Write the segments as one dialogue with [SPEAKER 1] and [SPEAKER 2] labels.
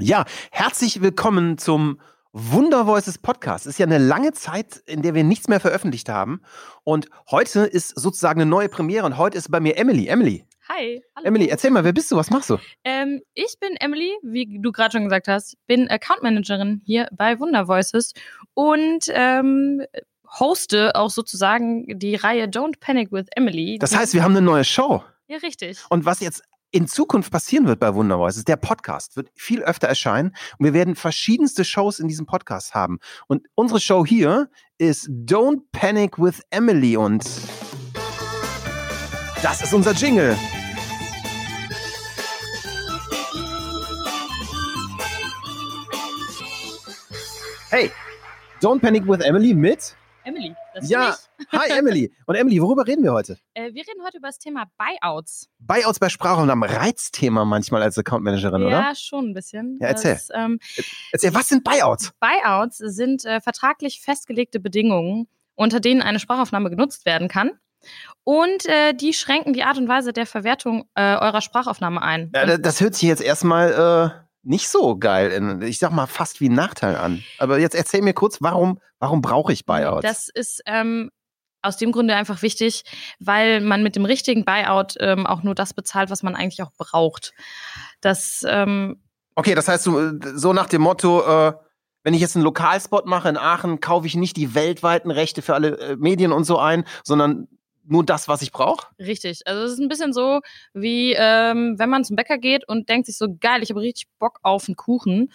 [SPEAKER 1] Ja, herzlich willkommen zum Wundervoices Podcast. Ist ja eine lange Zeit, in der wir nichts mehr veröffentlicht haben. Und heute ist sozusagen eine neue Premiere und heute ist bei mir Emily. Emily,
[SPEAKER 2] Hi. Hallo.
[SPEAKER 1] Emily, erzähl mal, wer bist du? Was machst du?
[SPEAKER 2] Ähm, ich bin Emily, wie du gerade schon gesagt hast, bin Account Managerin hier bei Wunder Voices und ähm, hoste auch sozusagen die Reihe Don't Panic with Emily.
[SPEAKER 1] Das heißt, wir haben eine neue Show.
[SPEAKER 2] Ja, richtig.
[SPEAKER 1] Und was jetzt in Zukunft passieren wird bei Wundervoices, der Podcast wird viel öfter erscheinen und wir werden verschiedenste Shows in diesem Podcast haben. Und unsere Show hier ist Don't Panic with Emily und das ist unser Jingle. Hey, Don't Panic with Emily mit?
[SPEAKER 2] Emily, das
[SPEAKER 1] Ja.
[SPEAKER 2] bin ich.
[SPEAKER 1] Hi Emily. Und Emily, worüber reden wir heute?
[SPEAKER 2] Äh, wir reden heute über das Thema Buyouts.
[SPEAKER 1] Buyouts bei Sprache und am Reizthema manchmal als Account Managerin, oder?
[SPEAKER 2] Ja, schon ein bisschen.
[SPEAKER 1] Ja, erzähl.
[SPEAKER 2] Das, ähm,
[SPEAKER 1] Erzähl, was sind Buyouts?
[SPEAKER 2] Buyouts sind äh, vertraglich festgelegte Bedingungen, unter denen eine Sprachaufnahme genutzt werden kann. Und äh, die schränken die Art und Weise der Verwertung äh, eurer Sprachaufnahme ein.
[SPEAKER 1] Ja,
[SPEAKER 2] Und
[SPEAKER 1] da- das hört sich jetzt erstmal äh, nicht so geil, in, ich sag mal fast wie ein Nachteil an. Aber jetzt erzähl mir kurz, warum, warum brauche ich Buyouts?
[SPEAKER 2] Das ist ähm, aus dem Grunde einfach wichtig, weil man mit dem richtigen Buyout ähm, auch nur das bezahlt, was man eigentlich auch braucht. Das ähm,
[SPEAKER 1] okay, das heißt, so, so nach dem Motto, äh, wenn ich jetzt einen Lokalspot mache in Aachen, kaufe ich nicht die weltweiten Rechte für alle äh, Medien und so ein, sondern nur das, was ich brauche?
[SPEAKER 2] richtig. Also es ist ein bisschen so, wie ähm, wenn man zum Bäcker geht und denkt sich so, geil, ich habe richtig Bock auf einen Kuchen.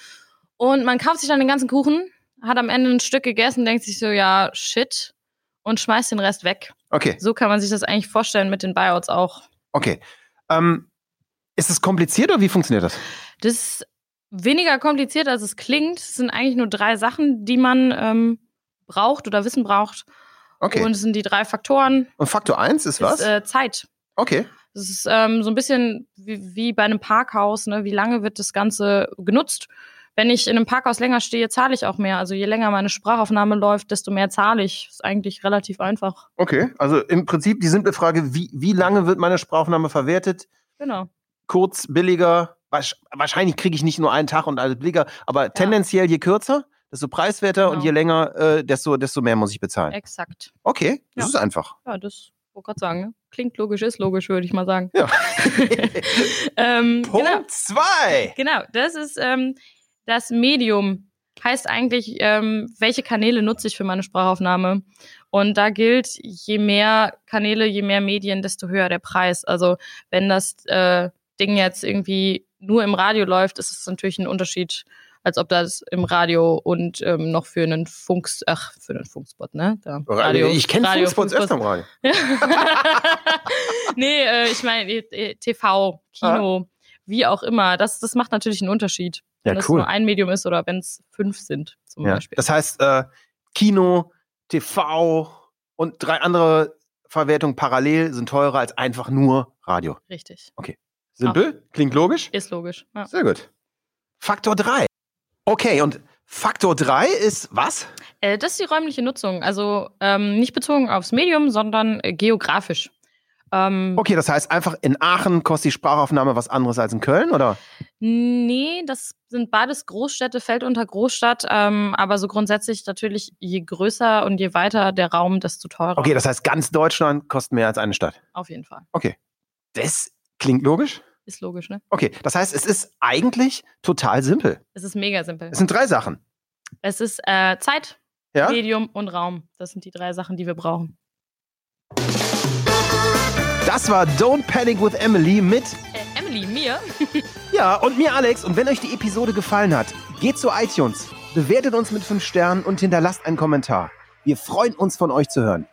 [SPEAKER 2] Und man kauft sich dann den ganzen Kuchen, hat am Ende ein Stück gegessen, denkt sich so, ja, shit, und schmeißt den Rest weg.
[SPEAKER 1] Okay,
[SPEAKER 2] So kann man sich das eigentlich vorstellen mit den Buyouts auch.
[SPEAKER 1] okay. Ähm, ist es kompliziert oder wie funktioniert das?
[SPEAKER 2] Das ist weniger kompliziert, als es klingt. Es sind eigentlich nur drei Sachen, die man ähm, braucht oder Wissen braucht.
[SPEAKER 1] Okay.
[SPEAKER 2] Und es sind die drei Faktoren.
[SPEAKER 1] Und Faktor 1 ist was?
[SPEAKER 2] Ist, äh, Zeit.
[SPEAKER 1] okay.
[SPEAKER 2] Das ist ähm, so ein bisschen wie, wie bei einem Parkhaus. Ne? Wie lange wird das Ganze genutzt? Wenn ich in einem Parkhaus länger stehe, zahle ich auch mehr. Also je länger meine Sprachaufnahme läuft, desto mehr zahle ich. Ist eigentlich relativ einfach.
[SPEAKER 1] Okay. Also im Prinzip die simple Frage, wie, wie lange wird meine Sprachaufnahme verwertet?
[SPEAKER 2] Genau.
[SPEAKER 1] kurz, billiger. Wasch- Wahrscheinlich kriege ich nicht nur einen Tag und alles billiger, aber tendenziell je kürzer, desto preiswerter und
[SPEAKER 2] Genau.
[SPEAKER 1] je länger, äh, desto, desto mehr muss ich bezahlen.
[SPEAKER 2] Exakt.
[SPEAKER 1] Okay, das
[SPEAKER 2] Ja.
[SPEAKER 1] ist einfach.
[SPEAKER 2] Ja, das wollte gerade sagen. Ne? Klingt logisch, ist logisch, würde ich mal sagen.
[SPEAKER 1] Ja.
[SPEAKER 2] ähm, genau.
[SPEAKER 1] Punkt zwei.
[SPEAKER 2] Genau, das ist ähm, das Medium. Heißt eigentlich, ähm, welche Kanäle nutze ich für meine Sprachaufnahme? Und da gilt, je mehr Kanäle, je mehr Medien, desto höher der Preis. Also wenn das äh, Ding jetzt irgendwie nur im Radio läuft, ist es natürlich ein Unterschied, als ob das im Radio und ähm, noch für einen Funks, ach, für einen Funkspot, ne? Da,
[SPEAKER 1] äh, ich kenne
[SPEAKER 2] Radio,
[SPEAKER 1] Fußballs öfter im Radio.
[SPEAKER 2] nee, äh, ich meine äh, TV, Kino, wie auch immer. Das, das macht natürlich einen Unterschied, wenn
[SPEAKER 1] Ja,
[SPEAKER 2] es
[SPEAKER 1] cool.
[SPEAKER 2] nur ein Medium ist oder wenn es fünf sind zum
[SPEAKER 1] Ja.
[SPEAKER 2] Beispiel.
[SPEAKER 1] Das heißt, äh, Kino, TV und drei andere Verwertungen parallel sind teurer als einfach nur Radio.
[SPEAKER 2] Richtig, Ah,
[SPEAKER 1] Simpel? Klingt logisch?
[SPEAKER 2] ist logisch. Ja.
[SPEAKER 1] Sehr gut. Faktor 3. Okay, und Faktor 3 ist was?
[SPEAKER 2] Äh, das ist die räumliche Nutzung, also ähm, nicht bezogen aufs Medium, sondern äh, geografisch. Ähm,
[SPEAKER 1] Okay, das heißt einfach, in Aachen kostet die Sprachaufnahme was anderes als in Köln, oder?
[SPEAKER 2] Nee, das sind beides Großstädte, fällt unter Großstadt, ähm, aber so grundsätzlich natürlich, je größer und je weiter der Raum, desto teurer.
[SPEAKER 1] Okay, das heißt, ganz Deutschland kostet mehr als eine Stadt.
[SPEAKER 2] Auf jeden Fall.
[SPEAKER 1] Das klingt logisch.
[SPEAKER 2] Ist logisch, ne?
[SPEAKER 1] Okay, das heißt, es ist eigentlich total simpel.
[SPEAKER 2] Es ist mega simpel.
[SPEAKER 1] Es sind drei Sachen.
[SPEAKER 2] Es ist äh, Zeit,
[SPEAKER 1] Ja?
[SPEAKER 2] Medium und Raum. Das sind die drei Sachen, die wir brauchen.
[SPEAKER 1] Das war Don't Panic with Emily mit
[SPEAKER 2] Äh, Emily, mir?
[SPEAKER 1] Ja und mir Alex. Und wenn euch die Episode gefallen hat, geht zu iTunes, bewertet uns mit 5 Sternen und hinterlasst einen Kommentar. Wir freuen uns von euch zu hören.